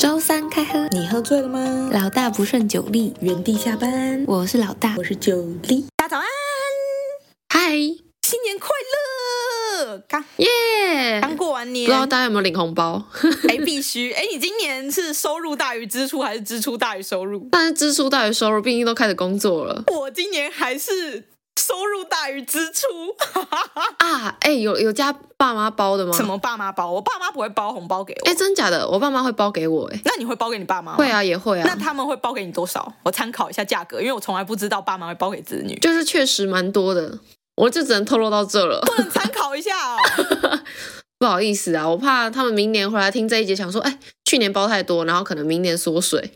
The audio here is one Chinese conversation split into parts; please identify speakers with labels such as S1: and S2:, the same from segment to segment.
S1: 周三开喝，
S2: 你喝醉了吗？
S1: 老大不顺酒力，
S2: 原地下班。
S1: 我是老大
S2: 我，是九力，大家早安，
S3: 嗨，
S2: 新年快乐！刚
S3: 耶！
S2: 刚过完
S3: 不
S2: 年
S3: 知，道大家有没有领红包？
S2: 哎，必须哎，你今年是收入大于支出，还是支出大于收 入？
S3: 但是支出大于收入，毕竟都开始工作了
S2: 我今年还是收入大于支出。
S3: 啊！哎、有有家爸妈包的吗？
S2: 什？么爸妈包？我爸妈不会包红包给我。
S3: 哎、真假的？我爸妈会包给我、哎，
S2: 那你会包给你爸妈吗？
S3: 会。啊，也会
S2: 哦那
S3: 啊，
S2: 他们会包给你多少？我参考一下价格，因为我从来不知道爸妈会包给子 女。
S3: 就是确实蛮多的，我就只能透露到这了，
S2: 不能参考一下哦。
S3: 不好意思啊，我怕他们明年回来听这一节，想说，哎、去年包太多，然后可能明年缩水。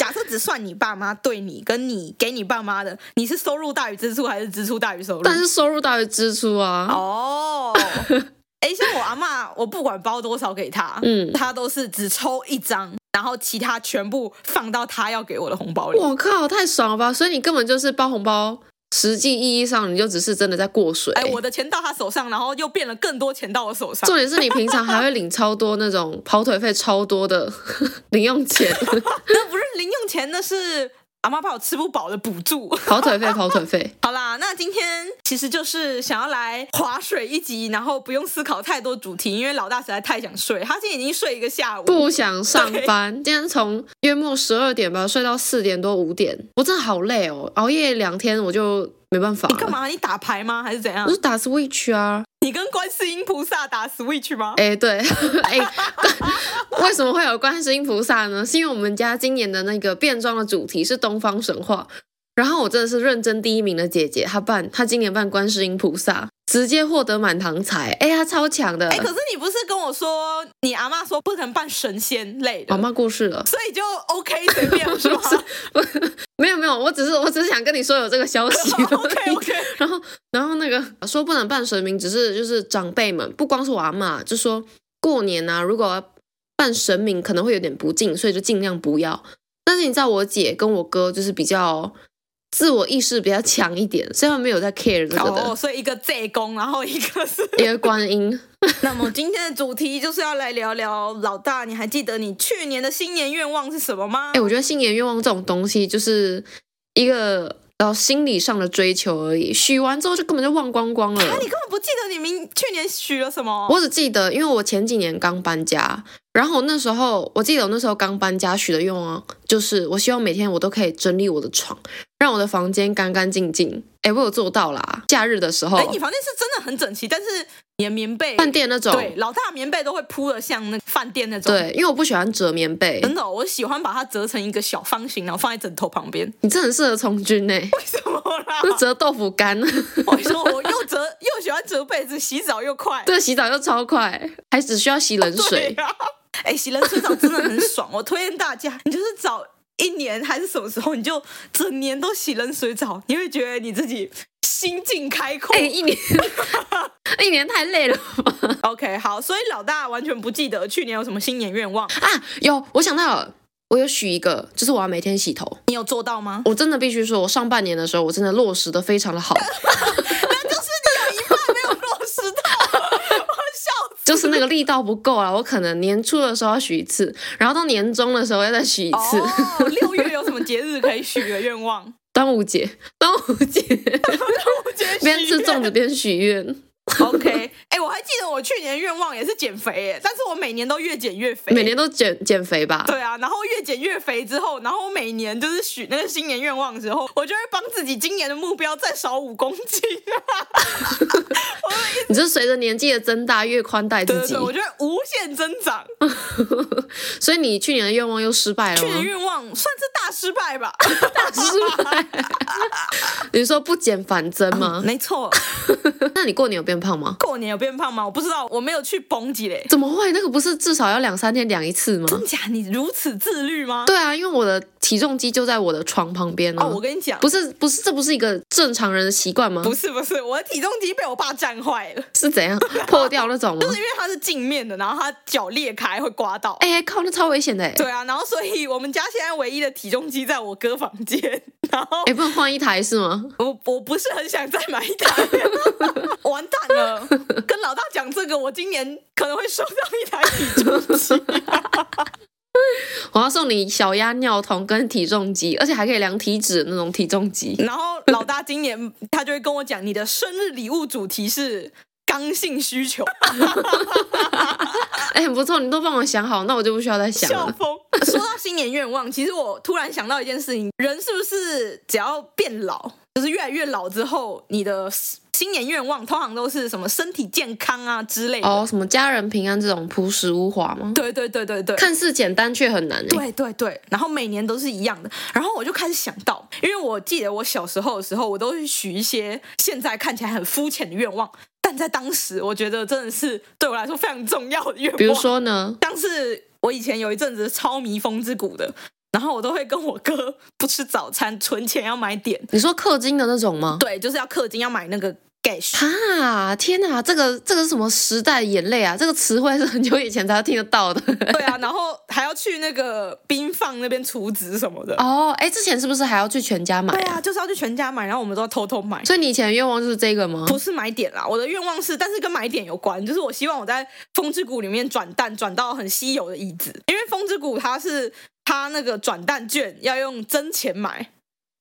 S2: 假设只算你爸妈对你跟你给你爸妈的，你是收入大于支出还是支出大于收入？
S3: 但是收入大于支出啊，
S2: 嗯哦，哎、像我阿嬷，我不管包多少给她，
S3: 嗯
S2: 她都是只抽一张，然后其他全部放到她要给我的红包里。
S3: 我靠，太爽了吧！所以你根本就是包红包，实际意义上你就只是真的在过水。
S2: 哎、我的钱到她手上，然后又变了更多钱到我手上。
S3: 重点是你平常还会领超多那种跑腿费超多的 零用钱，
S2: 那不是零用钱，那是阿妈怕我吃不饱的补助。
S3: 跑腿费跑腿费，
S2: 好啦，那今天其实就是想要来划水一集，然后不用思考太多主题，因为老大实在太想睡，他今天已经睡一个下午。
S3: 不想上班。今天从约莫十二点吧睡到四点多五点，我真的好累哦，熬夜两天我就没办法
S2: 你干
S3: 了。
S2: 嘛？你打牌吗？还是怎样
S3: 我就？打 Switch 啊，
S2: 你跟观世音菩萨打 Switch 吗？
S3: 哎、对，哎、为什么会有观世音菩萨呢？是因为我们家今年的那个变装的主题是东方神话，然后我真的是认真第一名的姐姐，她办她今年办观世音菩萨，直接获得满堂彩，哎、她超强的。
S2: 哎、可是你不是跟我说你阿妈说不能办神仙类的，
S3: 我妈过世了，
S2: 所以就 OK 随便 啊是吗
S3: 没有没有，我只是我只是想跟你说有这个 消息
S2: ？OK OK，
S3: 然后然后那个说不能办神明，只是就是长辈们，不光是我阿嬷，就说过年啊，如果要办神明可能会有点不敬，所以就尽量不要。但是你知道我姐跟我哥就是比较自我意识比较强一点，所以他们没有在 care 这个
S2: 哦、
S3: 的。
S2: 所以一个济公，然后一个是。
S3: 一个观音，
S2: 那么今天的主题就是要来聊聊老大，你还记得你去年的新年愿望是什么吗？
S3: 哎、我觉得新年愿望这种东西就是一个呃心理上的追求而已，许完之后就根本就忘光光了。
S2: 啊，你根本不记得你明去年许了什么？
S3: 我只记得，因为我前几年刚搬家，然后那时候我记得我那时候刚搬家许的愿望就是，我希望每天我都可以整理我的床，让我的房间干干净净。哎，我有做到啦。假日的时候
S2: 哎、，你房间是真的很整齐，但是你的棉被，
S3: 饭店那种，
S2: 对，老大棉被都会铺的像那饭店那种。
S3: 对，因为我不喜欢折棉被
S2: 真，的哦、我喜欢把它折成一个小方形，然后放在枕头旁边。
S3: 你真的很适合从军呢、
S2: 为什么啦？
S3: 就折豆腐干，
S2: 我说我又折又喜欢折被子，洗澡又快。
S3: 对，洗澡又超快，还只需要洗冷水
S2: 对。呀、哎、洗冷水澡真的很爽，我 推荐大家，你就是找一年还是什么时候，你就整年都洗冷水澡，你会觉得你自己心境开阔。
S3: 哎、一年 一年太累了吧？
S2: OK，好，所以老大完全不记得去年有什么新年愿望，
S3: 啊，有，我想到了，我有许一个，就是我要每天洗头。
S2: 你有做到吗？
S3: 我真的必须说，我上半年的时候，我真的落实的非常的好，
S2: 就是你有一半没有落实到，我笑死。
S3: 就是那个力道不够啊。我可能年初的时候要许一次，然后到年终的时候要 再许一次。
S2: 哦，六月有什么节日可以许的愿 望？
S3: 端午节， 端午 节
S2: 我觉得许愿
S3: 边吃粽子边许 愿，
S2: OK，哎、我还记得我去年愿望也是减肥、哎，但是我每年都越减越肥，
S3: 每年都减减肥吧。
S2: 对啊，然后越减越肥之后，然后我每年就是许那个新年愿望的时候，我就会帮自己今年的目标再少五公 斤。
S3: 你就随着年纪的增大，越宽待
S2: 对
S3: 自
S2: 对
S3: 己
S2: 对，。我觉得无限增长。
S3: 所以你去年的愿望又失败了
S2: 去 年
S3: 吗？
S2: 愿望算是大失败吧？
S3: 失败。你说不减反增 吗？
S2: 哦没错，
S3: 那你过年有变胖吗？
S2: 过年有变胖吗？我不知道，我没有去蹦极嘞。
S3: 怎么会？那个不是至少要两三天量一次吗？
S2: 真假？你如此自律吗？
S3: 对啊，因为我的体重机就在我的床旁边啊
S2: 哦，我跟你讲，
S3: 不是不是，这不是一个正常人的习惯吗？
S2: 不是不是，我的体重机被我爸占坏了，
S3: 是怎样破掉那种吗？
S2: 就是因为它是镜面的，然后它脚裂开会刮到。
S3: 哎、靠，那超危险的哎、
S2: 对啊，然后所以我们家现在唯一的体重机在我哥房间， 然后
S3: 哎、不能换一台是吗？
S2: 我我不是很想再买一台， 完蛋 了！跟老大讲这个，我今年可能会收到一台体重机。
S3: 我要送你小鸭尿桶跟体重机，而且还可以量体脂的那种体重机。
S2: 然后老大今年他就会跟我讲，你的生日礼物主题是刚性需求，
S3: 哎，很不错，你都帮我想好，那我就不需要再想
S2: 笑
S3: 了。
S2: 疯。说到新年愿望，其实我突然想到一件事情：人是不是只要变老，就是越来越老之后，你的新年愿望通常都是什么身体健康啊之类的？
S3: 哦，什么家人平安这种朴实无华吗？
S2: 对对对对对，
S3: 看似简单却很难、欸。
S2: 对对对，然后每年都是一样的。然后我就开始想到，因为我记得我小时候的时候，我都会许一些现在看起来很肤浅的愿望，但在当时我觉得真的是对我来说非常重要的愿望。
S3: 比如，说呢，
S2: 像是我以前有一阵子超迷《风之谷》的，然后我都会跟我哥不吃早餐，存钱要买点，
S3: 你说氪金的那种吗？
S2: 对，就是要氪金要买那个 gash。
S3: 啊，天哪，这个这个是什么时代的眼泪啊？这个词汇是很久以前才听得到的。
S2: 对啊，然后还要去那个冰放那边储值什么的。
S3: 哦，哎，之前是不是还要去全家买
S2: 对啊，就是要去全家买，然后我们都要偷偷买。
S3: 所以你以前的愿望就是这个吗？
S2: 不是买点啦，我的愿望是，但是跟买点有关，就是我希望我在风之谷里面转蛋，转到很稀有的椅子，因为风之谷它是它那个转蛋券要用真钱买，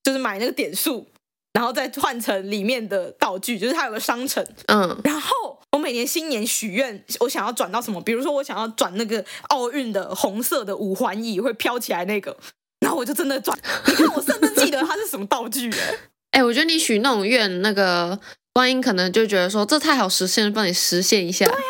S2: 就是买那个点数，然后再换成里面的道具，就是它有个商城。
S3: 嗯，
S2: 然后我每年新年许愿，我想要转到什么？比如说我想要转那个奥运的红色的五环椅会飘起来那个，然后我就真的转，你看我甚至记得它是什么道具、欸，
S3: 哎，我觉得你许那种愿，那个观音可能就觉得说这太好实现了，帮你实现一下。
S2: 啊就是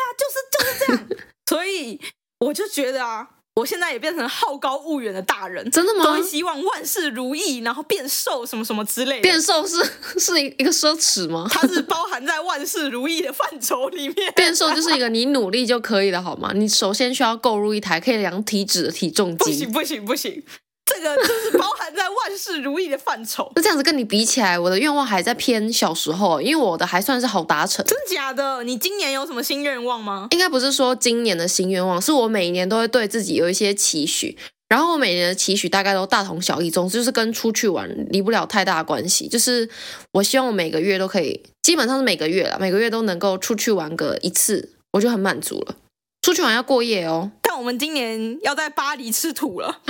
S2: 就是这样。所以我就觉得啊，我现在也变成好高骛远的大人，
S3: 真的
S2: 都
S3: 吗
S2: 会？希望万事如意，然后变瘦什么什么之类的。
S3: 变瘦是是一一个奢侈吗？
S2: 它是包含在万事如意的范畴里面。
S3: 变瘦就是一个你努力就可以的好吗？你首先需要购入一台可以量体脂的体重
S2: 不
S3: 机。
S2: 行。不行不行，这个就是包含在万事如意的范畴
S3: 那这样子跟你比起来，我的愿望还在偏小时候，因为我的还算是好达成。
S2: 真的假的？你今年有什么新愿望吗？
S3: 应该不是说今年的新愿望，是我每一年都会对自己有一些期许，然后我每年的期许大概都大同小异，总之就是跟出去玩离不了太大的关系。就是我希望我每个月都可以，基本上是每个月了，每个月都能够出去玩个一次，我就很满足了。出去玩要过夜哦，
S2: 但我们今年要在巴黎吃土了，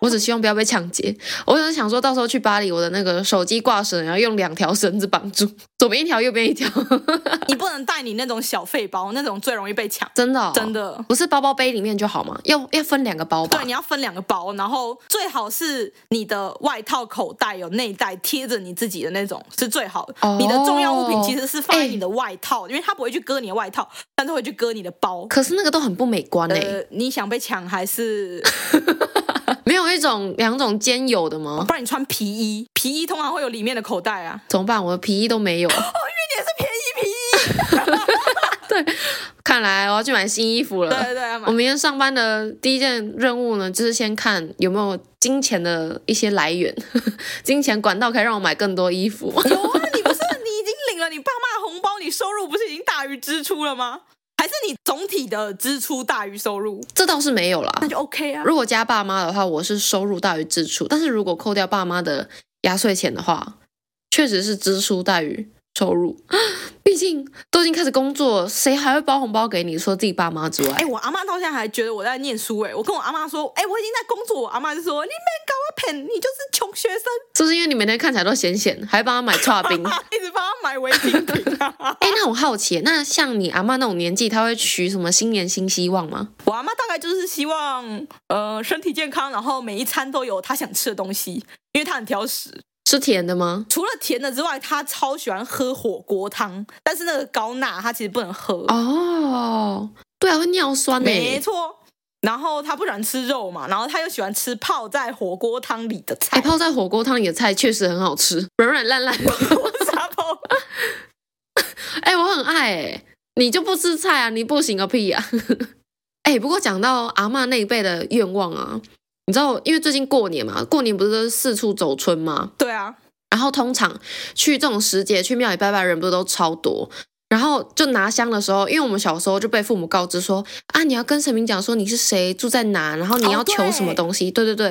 S3: 我只希望不要被抢劫。我只是想说到时候去巴黎，我的那个手机挂绳，然后用两条绳子绑住，左边一条，右边一条，
S2: 你不能带你那种小废包，那种最容易被抢。
S3: 真的、
S2: 真
S3: 的，
S2: 的，
S3: 不是包包背里面就好吗？要要分两个包吧
S2: 对，？你要分两个包，然后最好是你的外套口袋有内袋贴着你自己的那种是最好的。
S3: 哦
S2: 你的重要物品其实是放在
S3: 哎
S2: 你的外套，因为它不会去割你的外套，但是会去割你的包。
S3: 可是那个都很不美观哎、
S2: 呃，你想被抢还 是？
S3: 没有一种两种兼有的吗？
S2: 不然你穿皮衣，皮衣通常会有里面的口袋啊。
S3: 怎么办？我的皮衣都 没有。
S2: 哦这也是便宜皮衣。
S3: 看来我要去买新衣服
S2: 对
S3: 了。
S2: 对对，
S3: 呃我明天上班的第一件任务呢，就是先看有没有金钱的一些来源，金钱管道可以让我买更多衣服。
S2: 有啊，你不是你已经领了你爸妈的红包，你收入不是已经大于支出了吗？还是你总体的支出大于收入，
S3: 这倒是没有啦
S2: 那。就 OK 啊。
S3: 如果加爸妈的话，我是收入大于支出，但是如果扣掉爸妈的压岁钱的话，确实是支出大于收入。 毕竟都已经开始工作，谁还会包红包给你？说自己爸妈之外，
S2: 哎、我阿妈到现在还觉得我在念书哎、我跟我阿妈说，哎、我已经在工作，我阿妈就说你没搞我骗，你就是穷学生，啊
S3: 是不是因为你每天看起来都闲闲，还帮他买刨 冰？哎、
S2: 一直帮她买围巾饼啊
S3: 那我好奇，那像你阿妈那种年纪，她会许什么新年新希望吗？
S2: 我阿妈大概就是希望呃身体健康，然后每一餐都有她想吃的东西，因为她很挑食。
S3: 吃甜的吗？
S2: 除了甜的之外，她超喜欢喝火锅汤，但是那个高钠她其实不能喝。
S3: 哦，对啊，会尿酸呢、
S2: 没错。然后他不喜欢吃肉嘛，然后他又喜欢吃泡在火锅汤里的菜，
S3: 哎、泡在火锅汤里的菜确实很好吃，软软烂烂。
S2: 沙包。
S3: 哎、我很爱哎、你就不吃菜啊？你不行个屁啊！ 哎、不过讲到阿嬷那一辈的愿望啊，你知道，因为最近过年嘛，过年不是都是四处走春吗？
S2: 对啊，
S3: 然后通常去这种时节去庙里拜拜的人不是都超多。然后就拿香的时候，因为我们小时候就被父母告知说啊，你要跟神明讲说你是谁，住在哪，然后你
S2: 哦
S3: 要求什么东西。对对对，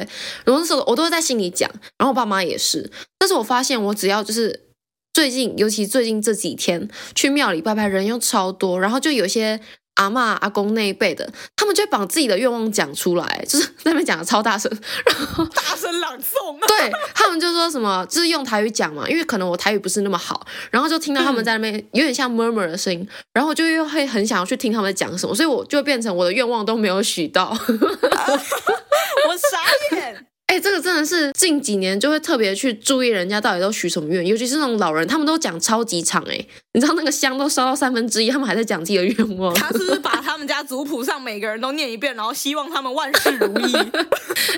S3: 然后那时候我都会在心里讲，然后我爸妈也是。但是我发现我只要就是最近，尤其最近这几天去庙里拜拜，人又超多，然后就有些阿嬷阿公那一辈的，他们就会把自己的愿望讲出来，就是在那边讲的超大声，然后
S2: 大声朗诵。
S3: 对他们就说什么，就是用台语讲嘛，因为可能我台语不是那么好，然后就听到他们在那边、有点像 murmur 的声音，然后我就又会很想要去听他们在讲什么，所以我就变成我的愿望都没有许到。
S2: 我傻眼。
S3: 哎，这个真的是近几年就会特别去注意人家到底都许什么愿，尤其是那种老人，他们都讲超级长哎、你知道那个香都烧到三分之一，他们还在讲自己的愿 望。
S2: 他是不是把他们家族谱上每个人都念一遍，然后希望他们万事如意？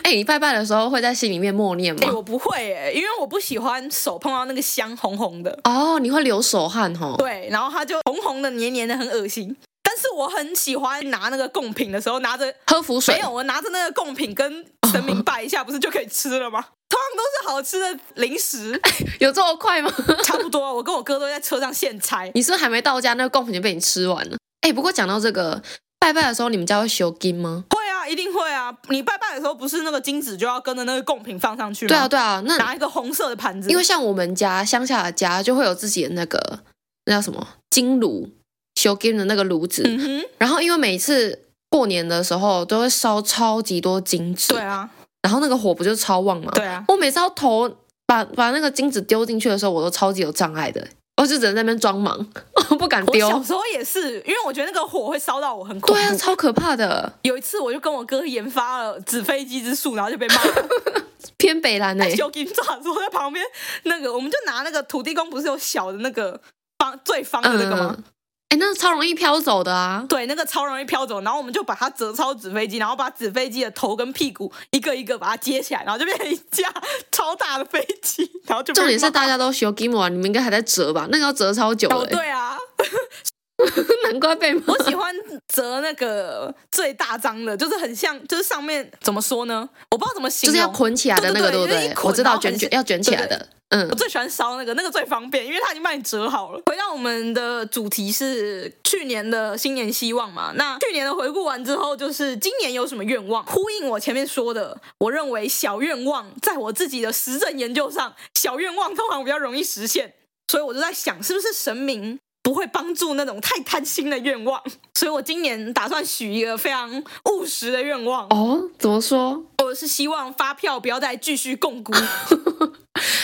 S3: 哎，你拜拜的时候会在心里面默念
S2: 哎、
S3: 吗？
S2: 我不会哎、因为我不喜欢手碰到那个香红红的。
S3: 哦，你会流手汗哦。
S2: 对，然后它就红红的、黏黏的，很恶心。但是我很喜欢拿那个贡品的时候，拿着
S3: 喝符水
S2: 没有，我拿着那个贡品跟神明拜一下，不是就可以吃了吗？通常都是好吃的零食，
S3: 有这么快吗？
S2: 差不多。我跟我哥都在车上现拆。
S3: 你是不是还没到家，那个贡品就被你吃完了？哎，不过讲到这个拜拜的时候，你们家会修金吗？
S2: 会啊，一定会啊！你拜拜的时候，不是那个金纸就要跟着那个贡品放上去吗？
S3: 对啊，对啊，那
S2: 拿一个红色的盘子，
S3: 因为像我们家乡下的家就会有自己的那个那叫什么金炉，修金的那个炉子。
S2: 嗯哼，
S3: 然后因为每次过年的时候都会烧超级多金纸，
S2: 对啊，
S3: 然后那个火不就超旺吗？
S2: 对啊，
S3: 我每次要投把把那个金纸丢进去的时候，我都超级有障碍的，我就只能在那边装忙， 我不敢
S2: 我小
S3: 丢。
S2: 时候也是，因为我觉得那个火会烧到我，很恐怖。
S3: 哦对啊，超可怕的，
S2: 有一次我就跟我哥研发了纸飞机之术，然后就被骂 了。
S3: 偏北 蓝哎、
S2: 修金爪子，我在旁边那个，我们就拿那个土地公不是有小的那个方最方的那个吗？
S3: 嗯，哎、那超容易飘走的啊。
S2: 对，那个超容易飘走，然后我们就把它折超纸飞机，然后把纸飞机的头跟屁股一个一个把它接起来，然后就变成一架 超大的飞机，然后就被
S3: 重点是
S2: 骂
S3: 大家都修金完，你们应该还在折吧？那个要折超久
S2: 哦，
S3: 的、欸，
S2: 对啊，
S3: 难怪被骂。
S2: 我喜欢折那个最大张的，就是很像，就是上面怎么说呢？我不知道怎么形
S3: 就
S2: 容，
S3: 是要捆起来的那个，
S2: 对对对
S3: 不对
S2: 就是一？捆
S3: 我知道
S2: 然后很
S3: 卷卷
S2: 像
S3: 要卷起来的，嗯
S2: 我，最喜欢烧那个，那个最方便，因为它已经帮你折好了。回到我们的主题是去年的新年希望嘛，那去年的回顾完之后，就是今年有什么愿望？呼应我前面说的，我认为小愿望在我自己的实证研究上，小愿望通常比较容易实现，所以我就在想，是不是神明？不会帮助那种太贪心的愿望，所以我今年打算许一个非常务实的愿望，
S3: 哦，怎么说？
S2: 我是希望发票不要再继续共估。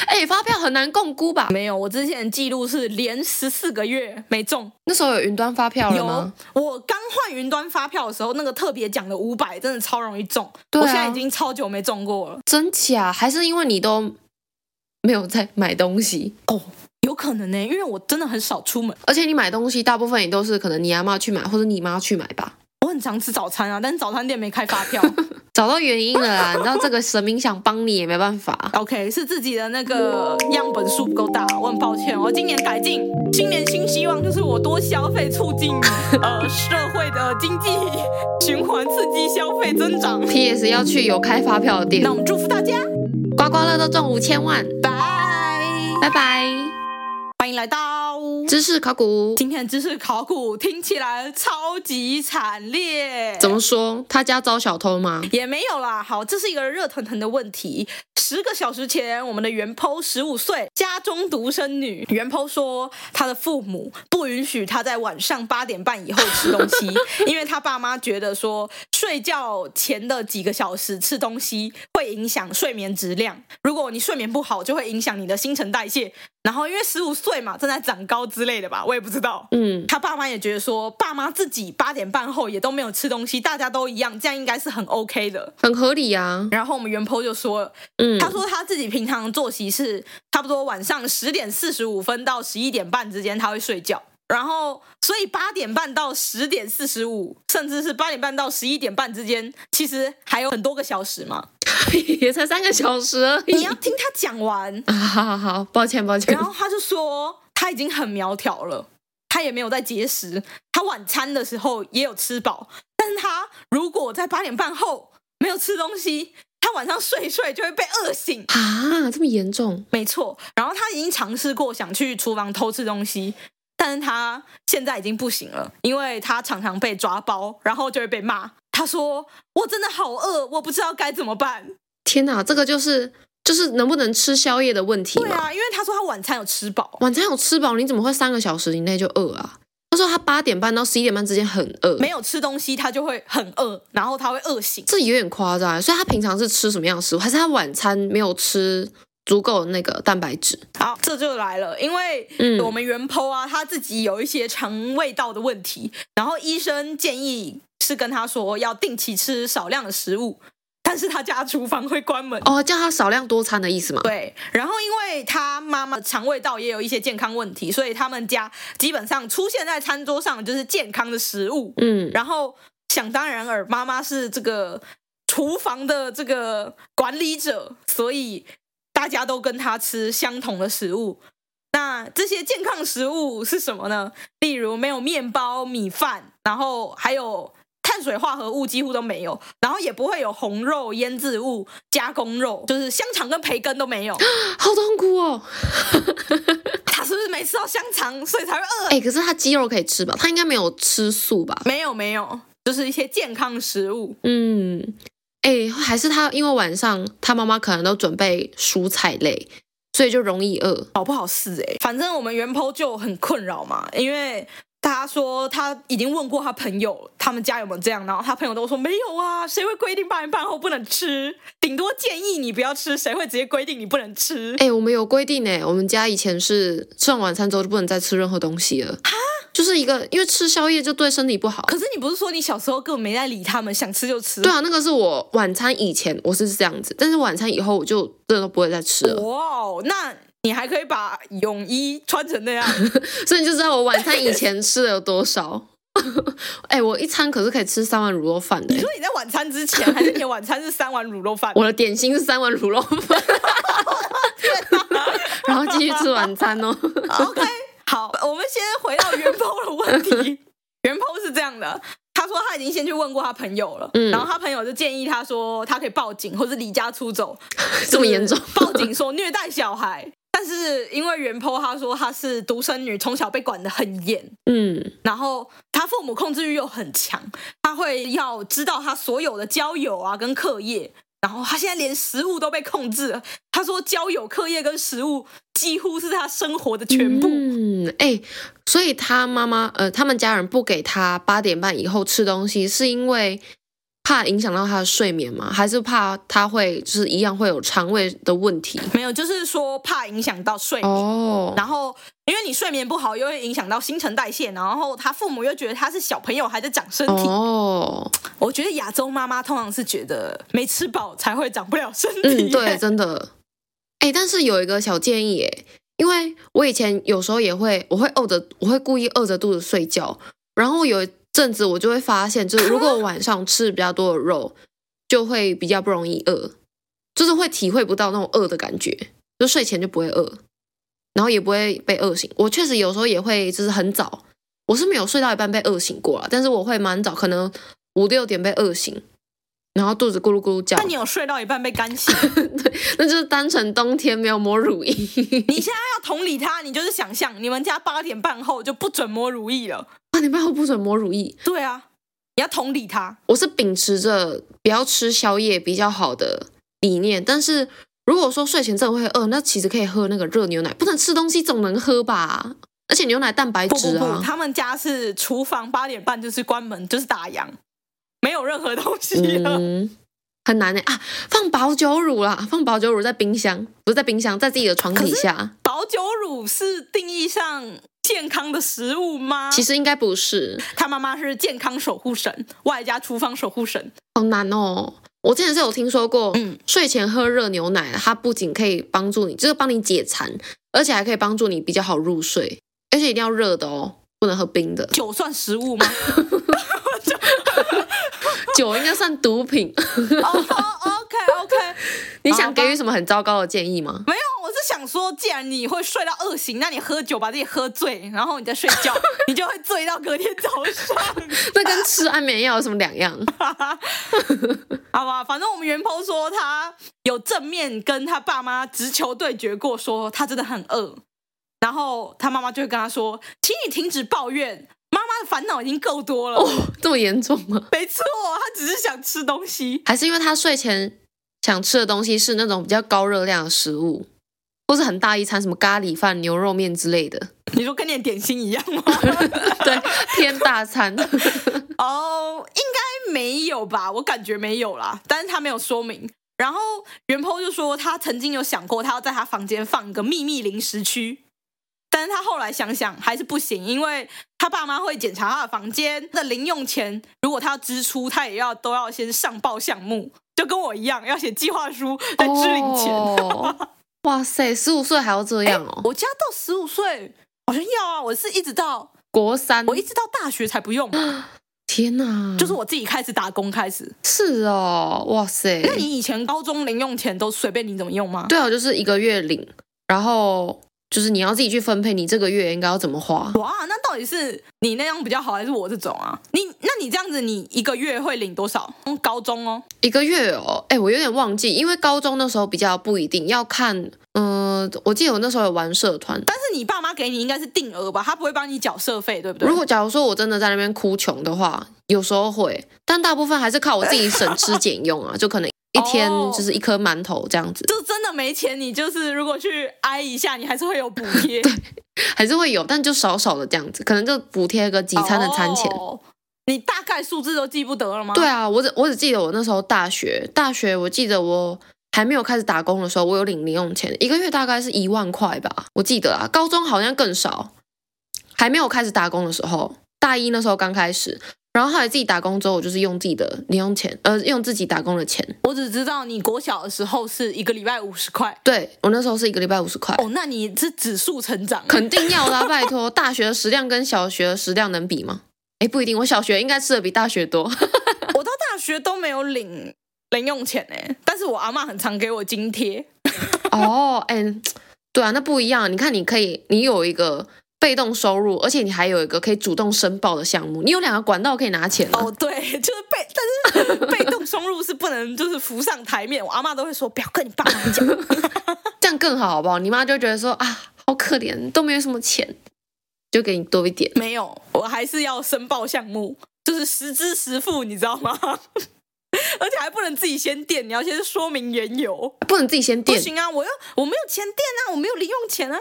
S3: 哎、发票很难共估吧？
S2: 没有，我之前记录是连十四个月没中。
S3: 那时候有云端发票了
S2: 有啊
S3: 吗？，
S2: 我刚换云端发票的时候，那个特别奖的五百真的超容易中。
S3: 对啊
S2: 我现在已经超久没中过了。
S3: 真假？还是因为你都没有在买东西，
S2: 有可能呢、因为我真的很少出门，
S3: 而且你买东西大部分也都是可能你阿妈去买或者你妈去买吧。
S2: 我很常吃早餐啊，但是早餐店没开发 票。
S3: 找到原因了啦，你知道这个神明想帮你也没办法。
S2: OK，是自己的那个样本数不够大，我很抱歉。我今年改进，新年新希望就是我多消费，促进 呃社会的经济循环，刺激消费增长。
S3: P.S. 要去有开发票的店
S2: 那，我们祝福大家，
S3: 刮刮乐都中五千万，
S2: 拜，
S3: 拜拜！
S2: 欢迎来到。
S3: 知识考古
S2: 今天的知识考古听起来超级惨烈，
S3: 怎么说？他家遭小偷吗？
S2: 也没有啦。好，这是一个热腾腾的问题。十个小时前，我们的袁剖十五岁，家中独生女。袁剖说，她的父母不允许她在晚上八点半以后吃东西，因为她爸妈觉得说，睡觉前的几个小时吃东西会影响睡眠质量。如果你睡眠不好，就会影响你的新陈代谢。然后因为十五岁嘛，正在长高之类的吧，我也不知道。
S3: 嗯，
S2: 他爸妈也觉得说，爸妈自己八点半后也都没有吃东西，大家都一样，这样应该是很 OK 的。
S3: 很合理啊。
S2: 然后我们袁剖就说了，
S3: 嗯，
S2: 他说他自己平常作息是差不多晚上十点四十五分到十一点半之间他会睡觉，然后所以八点半到十点四十五，甚至是八点半到十一点半之间，其实还有很多个小时嘛。
S3: 也才三个小时而
S2: 你
S3: 已
S2: 要。听他讲完，
S3: 啊，好好好，抱歉抱歉
S2: 然。后他就说他已经很苗条了，他也没有在节食，他晚餐的时候也有吃饱，但是他如果在八点半后没有吃东西，他晚上睡一睡就会被饿醒。
S3: 啊，这么严重？
S2: 没错，然后他已经尝试过想去厨房偷吃东西，但是他现在已经不行了，因为他常常被抓包，然后就会被骂。他说：“我真的好饿，我不知道该怎么办。
S3: 天哪，这个就是就是能不能吃宵夜的问”题
S2: 对啊
S3: 嘛。
S2: 啊，因为他说他晚餐有吃饱，
S3: 晚餐有吃饱，你怎么会三个小时以内就饿啊？他时候他八点半到十一点半之间很饿，
S2: 没有吃东西，他就会很饿，然后他会饿醒。
S3: 这有点夸张欸。所以他平常是吃什么样的食物？还是他晚餐没有吃足够的那个蛋白质？
S2: 好，这就来了，因为
S3: 嗯
S2: 我们原 PO 啊，他自己有一些肠胃道的问题，然后医生建议是跟他说要定期吃少量的食物，但是他家厨房会关门。
S3: 哦，叫他少量多餐的意思嘛？
S2: 对，然后因为他妈妈肠胃道也有一些健康问题，所以他们家基本上出现在餐桌上的就是健康的食物。
S3: 嗯，
S2: 然后想当然尔，妈妈是这个厨房的这个管理者，所以大家都跟她吃相同的食物。那这些健康食物是什么呢？例如没有面包、米饭，然后还有碳水化合物几乎都没有，然后也不会有红肉、腌制物、加工肉，就是香肠跟培根都没有。
S3: 好痛苦哦。
S2: 他是不是没吃到香肠，所以才会饿？
S3: 哎、可是他鸡肉可以吃吧？他应该没有吃素吧？
S2: 没有没有，就是一些健康食物。
S3: 嗯，哎、还是他因为晚上他妈妈可能都准备蔬菜类，所以就容易饿。
S2: 好不好试哎、反正我们原 PO 就很困扰嘛，因为他说他已经问过他朋友，他们家有没有这样，然后他朋友都说没有啊，谁会规定八点半后不能吃？顶多建议你不要吃，谁会直接规定你不能吃？
S3: 哎、我们有规定哎，我们家以前是吃完晚餐之后就不能再吃任何东西了。就是一个，因为吃宵夜就对身体不好。
S2: 可是你不是说你小时候根本没在理他们，想吃就吃？
S3: 对啊，那个是我晚餐以前我是这样子，但是晚餐以后我就真的都不会再吃了。
S2: 哇哦，那你还可以把泳衣穿成那样，
S3: 所以你就知道我晚餐以前吃了有多少。 哎、我一餐可是可以吃三碗卤肉饭的欸、
S2: 所以你在晚餐之前，还是你的晚餐是三碗卤肉饭？
S3: 我的点心是三碗卤肉饭， 然后继续吃晚餐哦。
S2: OK，好，我们先回到袁抛的问 题。袁抛是这样的，他说他已经先去问过他朋友了，
S3: 嗯
S2: 然后他朋友就建议他说他可以报警或是离家出走，
S3: 这么严重
S2: 就是 报警说虐待小孩。但是因为袁抛他说她是独生女，从小被管得很严，
S3: 嗯，
S2: 然后她父母控制欲又很强，他会要知道她所有的交友啊跟课业，然后她现在连食物都被控制了。他说交友、课业跟食物几乎是她生活的全部。
S3: 嗯，哎、所以他妈妈呃，他们家人不给他八点半以后吃东西，是因为怕影响到他的睡眠吗？还是怕他会就是一样会有肠胃的问题？
S2: 没有，就是说怕影响到睡眠。
S3: 哦，
S2: 然后，因为你睡眠不好，又会影响到新陈代谢，然后他父母又觉得他是小朋友还在长身体。
S3: 哦，
S2: 我觉得亚洲妈妈通常是觉得没吃饱才会长不了身体。
S3: 嗯，对，真的。哎，但是有一个小建议，哎，因为我以前有时候也会，我会饿着，我会故意饿着肚子睡觉。然后有一阵子我就会发现，就是如果我晚上吃比较多的肉，就会比较不容易饿，就是会体会不到那种饿的感觉，就睡前就不会饿，然后也不会被饿醒。我确实有时候也会，就是很早，我是没有睡到一半被饿醒过啊，但是我会蛮早，可能五六点被饿醒，然后肚子咕噜咕噜叫。
S2: 那你有睡到一半被干醒？
S3: 那就是单纯冬天没有抹乳液。
S2: 你现在要同理他，你就是想象你们家八点半后就不准摸如意了。
S3: 八点半后不准抹乳液，
S2: 对啊，你要同理他。
S3: 我是秉持着不要吃宵夜比较好的理念。但是如果说睡前真的会饿，那其实可以喝那个热牛奶，不能吃东西总能喝吧？而且牛奶蛋白
S2: 不不
S3: 质
S2: 不，
S3: 啊。
S2: 他们家是厨房八点半就是关门，就是打烊，没有任何东西了。
S3: 嗯，很难诶、啊！放保酒乳啦，放保酒乳在冰箱，不是在冰箱，在自己的床底下。
S2: 保酒乳是定义上健康的食物吗？
S3: 其实应该不是，
S2: 他妈妈是健康守护神，外加厨房守护神。
S3: 好难哦。我之前是有听说过，
S2: 嗯。
S3: 睡前喝热牛奶，它不仅可以帮助你，就是帮你解馋，而且还可以帮助你比较好入睡，而且一定要热的哦，不能喝冰的
S2: 酒算食物 吗？
S3: 酒应该算毒 品。
S2: 哦、o k OK，
S3: 你想给予什么很糟糕的建议 吗？
S2: 没有，我是想说，既然你会睡到恶醒，那你喝酒把自己喝醉，然后你再睡 觉，你就会醉到隔天早上，
S3: 那跟吃安眠药有什么两 样？
S2: 好吧？反正我们袁鹏说他有正面跟他爸妈直球对决过，说他真的很饿，然后他妈妈就会跟他说，请你停止抱怨。妈妈的烦恼已经够多了，
S3: 这么严重吗？
S2: 没错，他只是想吃东西。
S3: 还是因为他睡前想吃的东西是那种比较高热量的食物，或是很大一餐，什么咖喱饭、牛肉面之类 的，
S2: 你说跟你的点心一样吗？
S3: 对，偏大 餐。
S2: 哦，应该没有吧？我感觉没有啦，但是他没有说明。然后袁鹏就说，他曾经有想过，他要在他房间放一个秘密零食区，但是他后来想想还是不行，因为他爸妈会检查他的房间的零用钱，如果他要支出，他也要都要先上报项目，就跟我一样要写计划书再支领钱。
S3: 哦哇塞，十五岁还要这样哦？
S2: 我家到十五岁好像要啊，我是一直到
S3: 国三，
S2: 我一直到大学才不用，
S3: 嗯天哪，
S2: 就是我自己开始打工开始。
S3: 是哦，哇塞，
S2: 那你以前高中零用钱都随便你怎么用吗？
S3: 对啊，我就是一个月领，然后就是你要自己去分配，你这个月应该要怎么花。
S2: 哇，那到底是你那样比较好，还是我这种啊？你那你这样子，你一个月会领多少？嗯高中哦，
S3: 一个月哦，哎，我有点忘记，因为高中那时候比较不一定，要看，嗯、我记得我那时候有玩社团。
S2: 但是你爸妈给你应该是定额吧？他不会帮你缴社费，对不对？
S3: 如果假如说我真的在那边哭穷的话，有时候会，但大部分还是靠我自己省吃俭用啊，就可能一天
S2: 哦
S3: 就是一颗馒头这样子，
S2: 就真的没钱，你就是如果去挨一下，你还是会有补 贴
S3: 还是会有，但就少少的这样子，可能就补贴个几餐的餐钱。
S2: 哦你大概数字都记不得了吗？
S3: 对啊，我只我只记得我那时候大学，大学我记得我还没有开始打工的时候，我有领零用钱，一个月大概是一万块吧，我记得啊。高中好像更少，还没有开始打工的时候，大一那时候刚开始，然后后来自己打工之后，我就是用自己的零用钱，呃，用自己打工的钱。
S2: 我只知道你国小的时候是一个礼拜五十块。
S3: 对我那时候是一个礼拜五十块，
S2: 哦，那你是指数成长，欸
S3: 肯定要啦，拜托，大学的食量跟小学的食量能比吗？哎，不一定，我小学应该吃的比大学多。
S2: 我到大学都没有领零用钱哎、但是我阿妈很常给我津贴。
S3: 哦，哎，对啊，那不一样。你看，你可以，你有一个被动收入，而且你还有一个可以主动申报的项目，你有两个管道可以拿钱啊
S2: 哦，对， 就是被，但是被动收入是不能就是浮上台面。我阿妈都会说不要跟你爸妈讲。。
S3: 这样更好，好不好？你妈就会觉得说啊，好可怜，都没有什么钱，就给你多一点
S2: 没有，我还是要申报项目，就是实支实付，你知道吗？ 而且还不能自己先垫，你要先说明缘由。
S3: 不能自己先
S2: 不
S3: 垫，
S2: 行啊，我要我没有钱垫啊，我没有零用钱啊。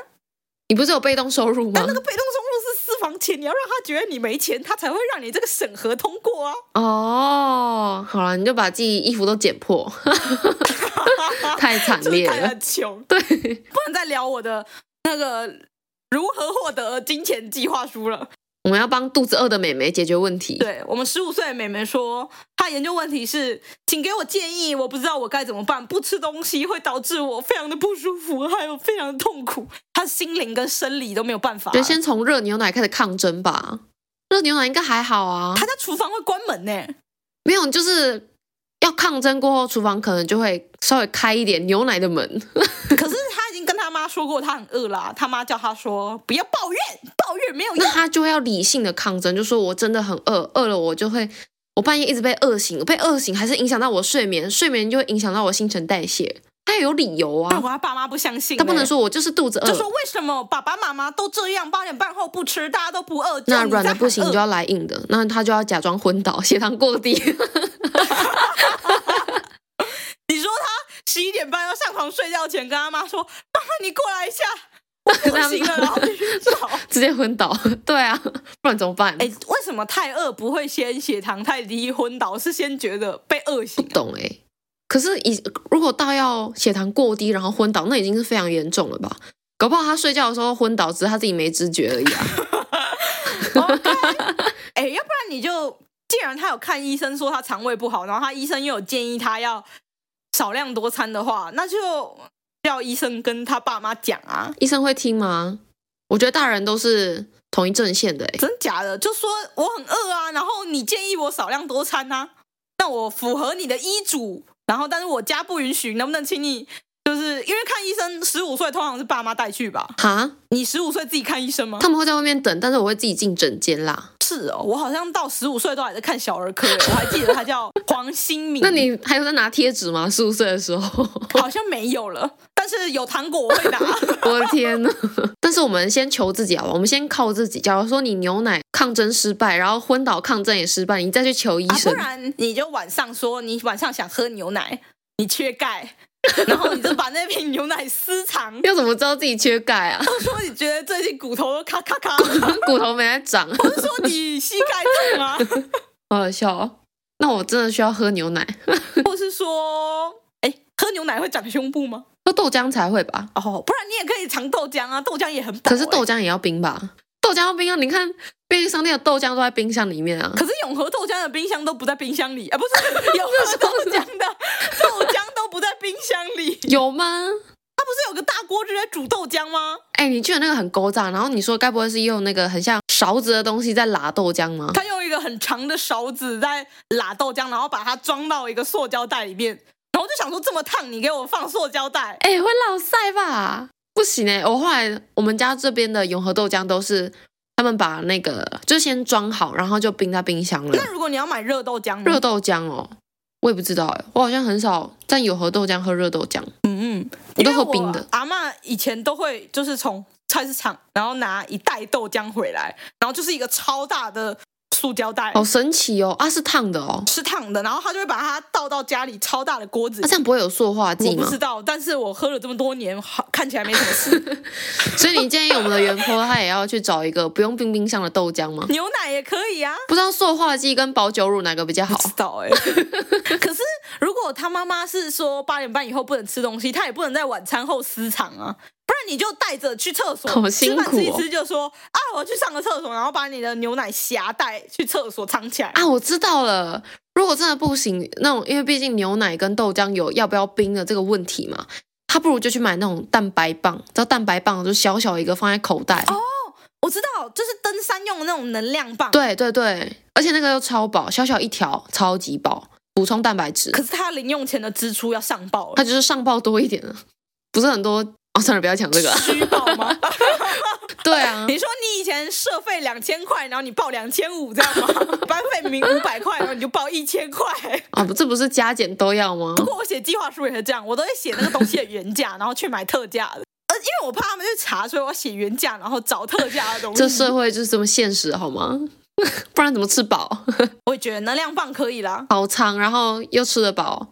S3: 你不是有被动收入吗
S2: 但那？个被动收入是私房钱，你要让他觉得你没钱，他才会让你这个审核通过 啊。
S3: 哦，好了，你就把自己衣服都剪破， 太惨
S2: 就是
S3: 烈
S2: 看起来
S3: 了。
S2: 很穷。
S3: 对，
S2: 不能再聊我的那个如何获得金钱计划书了。
S3: 我们要帮肚子饿的美眉解决问题。
S2: 对我们十五岁的妹妹说，她研究问题是，请给我建议，我不知道我该怎么办。不吃东西会导致我非常的不舒服，还有非常的痛苦。她心灵跟生理都没有办法。
S3: 觉得先从热牛奶开始抗争吧。热牛奶应该还好啊。
S2: 她在厨房会关门呢、
S3: 没有，就是要抗争过后，厨房可能就会稍微开一点牛奶的门。
S2: 可是她已经跟她妈说过，她很饿啦。她妈叫她说不要抱怨，抱怨没有用
S3: 那。他就要理性的抗争，就说我真的很饿，饿了我就会，我半夜一直被饿醒，被饿醒还是影响到我睡眠，睡眠就会影响到我新陈代谢。他也有理由
S2: 如
S3: 啊，
S2: 果她爸妈不相信、
S3: 他不能。说我就是肚子
S2: 就说
S3: 饿。
S2: 为什么爸爸妈妈都这样，八点半后不吃，大家都不饿，
S3: 那
S2: 就你
S3: 软的
S2: 在
S3: 不行
S2: 很
S3: 就
S2: 饿
S3: 要来硬的，那他就要假装昏倒，血糖过低。
S2: 你说他十一点半要上床睡觉前，跟他妈说：“妈妈，你过来一下，我啊不行了，然后必须走。
S3: 直接昏倒， 对啊，不然怎么办？”
S2: 哎，为什么太饿不会先血糖太低昏倒，是先觉得被饿醒啊？
S3: 懂哎、可是以如果到要血糖过低然后昏倒，那已经是非常严重了吧？搞不好他睡觉的时候昏倒，只是他自己没知觉而已啊。
S2: 啊哎，要不然你就，既然他有看医生说他肠胃不好，然后他医生又有建议他要少量多餐的话，那就叫医生跟他爸妈讲啊。
S3: 医生会听吗？我觉得大人都是同一阵线的哎、
S2: 真假的，就说我很饿啊，然后你建议我少量多餐啊，那我符合你的医嘱，然后但是我家不允许，能不能请你？就是因为看医生，十五岁通常是爸妈带去吧？
S3: 哈，
S2: 你十五岁自己看医生吗？
S3: 他们会在外面等，但是我会自己进诊间啦。
S2: 是哦，我好像到十五岁都还在看小儿科耶，我还记得他叫黄新敏。
S3: 那你还有在拿贴纸吗？十五岁的时候，
S2: 好像没有了，但是有糖果我会拿。
S3: 我的天呐！但是我们先求自己好吧，我们先靠自己。假如说你牛奶抗争失败，然后昏倒抗争也失败，你再去求医
S2: 啊，不
S3: 生。
S2: 然你就晚上说你晚上想喝牛奶，你缺钙，然后你就把那瓶牛奶私藏，
S3: 要怎么知道自己缺钙啊？
S2: 说你觉得最近骨头都咔咔咔，
S3: 骨头没在长，
S2: 不是说你膝盖痛啊，
S3: 好好笑哦。那我真的需要喝牛奶，
S2: 或是说，哎，喝牛奶会长胸部吗？
S3: 喝豆浆才会吧？
S2: 哦，不然你也可以尝豆浆啊，豆浆也很饱、
S3: 可是豆
S2: 哎，
S3: 浆也要冰吧？豆浆要冰啊！你看便利商店的豆浆都在冰箱里面啊。
S2: 可是永和豆浆的冰箱都不在冰箱里啊，不 是永和豆浆的豆浆都不在冰箱里，不
S3: 有吗？
S2: 是有个大锅就在煮豆浆吗？
S3: 哎、你去的那个很勾炸，然后你说该不会是用那个很像勺子的东西在拉豆浆吗？
S2: 他用一个很长的勺子在拉豆浆，然后把它装到一个塑胶袋里面。然后我就想说，这么烫，你给我放塑胶袋？
S3: 哎、会老晒吧？不行哎、我后来我们家这边的永和豆浆都是他们把那个就先装好，然后就冰在冰箱了
S2: 那。如果你要买热豆浆呢，
S3: 热豆浆哦，我也不知道哎、我好像很少在永和豆浆喝热豆浆，
S2: 嗯嗯，
S3: 我都
S2: 因为
S3: 喝冰的。
S2: 阿嬷以前都会就是从菜市场，然后拿一袋豆浆回来，然后就是一个超大的塑胶袋，
S3: 好神奇哦！啊，是烫的哦，
S2: 是烫的，然后她就会把它倒到家里超大的锅子里。
S3: 那、啊这样不会有塑化
S2: 我
S3: 剂
S2: 不
S3: 吗
S2: 知？道，但是我喝了这么多年，好看起来没什么 事。
S3: 所以你建议我们的元坡他也要去找一个不用冰冰箱的豆浆吗？
S2: 牛奶也可以啊，
S3: 不知道塑化剂跟保酒乳哪个比较好
S2: 不？知道 哎、可是如果他妈妈是说八点半以后不能吃东西，他也不能在晚餐后私藏啊，不然你就带着去厕所，
S3: 好辛苦哦
S2: 吃饭吃一吃就说啊，我要去上个厕所，然后把你的牛奶匣带去厕所藏起来。
S3: 啊，我知道了。如果真的不行，那种因为毕竟牛奶跟豆浆有要不要冰的这个问题嘛，他不如就去买那种蛋白棒，知道蛋白棒就小小一个放在口袋。
S2: 哦我知道，就是登山用的那种能量棒，。
S3: 对对对，而且那个又超饱，小小一条，超级饱，补充蛋白质。
S2: 可是他零用钱的支出要上报
S3: 它
S2: 了，
S3: 就是上报多一点啊，不是很多。哦，算了，不要讲这个。
S2: 虚报 吗？
S3: 对啊，
S2: 你说你以前社费两千块，然后你报两千五这样吗？ 班费明五百块，然后你就报一千块。
S3: 啊，不，这不是加减都要吗
S2: 不？ 过我写计划书也是这样，我都会写那个东西的原价，然后去买特价的。呃，因为我怕他们去查，所以我要写原价，然后找特价的东西。
S3: 这社会就是这么现实，好吗？ 不然怎么吃饱？
S2: 我也觉得能量棒可以啦。
S3: 好长，然后又吃得饱，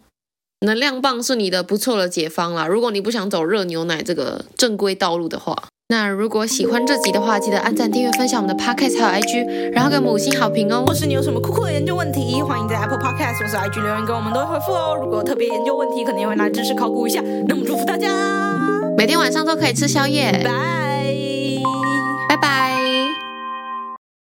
S3: 能量棒是你的不错的解方啦。如果你不想走热牛奶这个正规道路的话，那如果喜欢这集的话，记得按赞、订阅、分享我们的 podcast 还有 IG，然后给我们五星好评哦
S2: 或。是你有什么酷酷的研究问题，欢迎在 Apple Podcast 或是 IG 留言给我们，都会回复哦。如果有特别研究问题，可能也会拿知识考古一下。那么祝福大家，
S3: 每天晚上都可以吃宵夜，
S2: 拜。
S3: 拜拜。